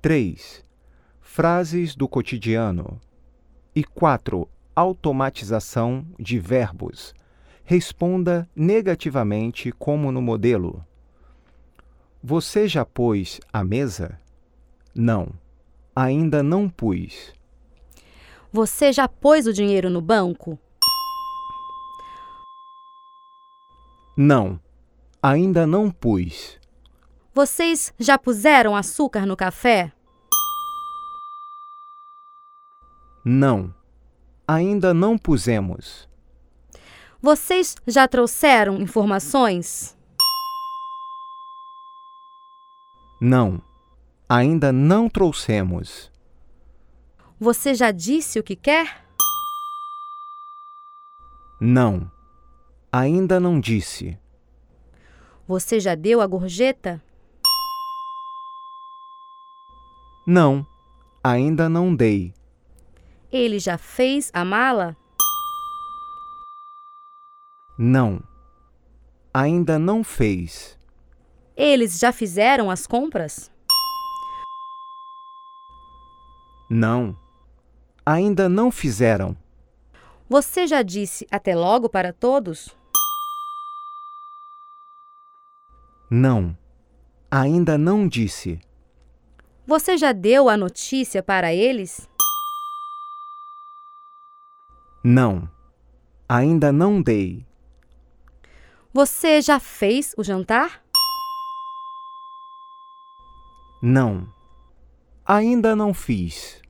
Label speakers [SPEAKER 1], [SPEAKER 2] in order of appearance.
[SPEAKER 1] 3. Frases do cotidiano. E 4. Automatização de verbos. Responda negativamente, como no modelo. Você já pôs a mesa? Não, ainda não pus.
[SPEAKER 2] Você já pôs o dinheiro no banco?
[SPEAKER 1] Não, ainda não pus.
[SPEAKER 2] Vocês já puseram açúcar no café?
[SPEAKER 1] Não, ainda não pusemos.
[SPEAKER 2] Vocês já trouxeram informações?
[SPEAKER 1] Não, ainda não trouxemos.
[SPEAKER 2] Você já disse o que quer?
[SPEAKER 1] Não, ainda não disse.
[SPEAKER 2] Você já deu a gorjeta?
[SPEAKER 1] Não, ainda não dei.
[SPEAKER 2] Ele já fez a mala?
[SPEAKER 1] Não, ainda não fez.
[SPEAKER 2] Eles já fizeram as compras?
[SPEAKER 1] Não, ainda não fizeram.
[SPEAKER 2] Você já disse até logo para todos?
[SPEAKER 1] Não, ainda não disse.
[SPEAKER 2] Você já deu a notícia para eles?
[SPEAKER 1] Não, ainda não dei.
[SPEAKER 2] Você já fez o jantar?
[SPEAKER 1] Não, ainda não fiz.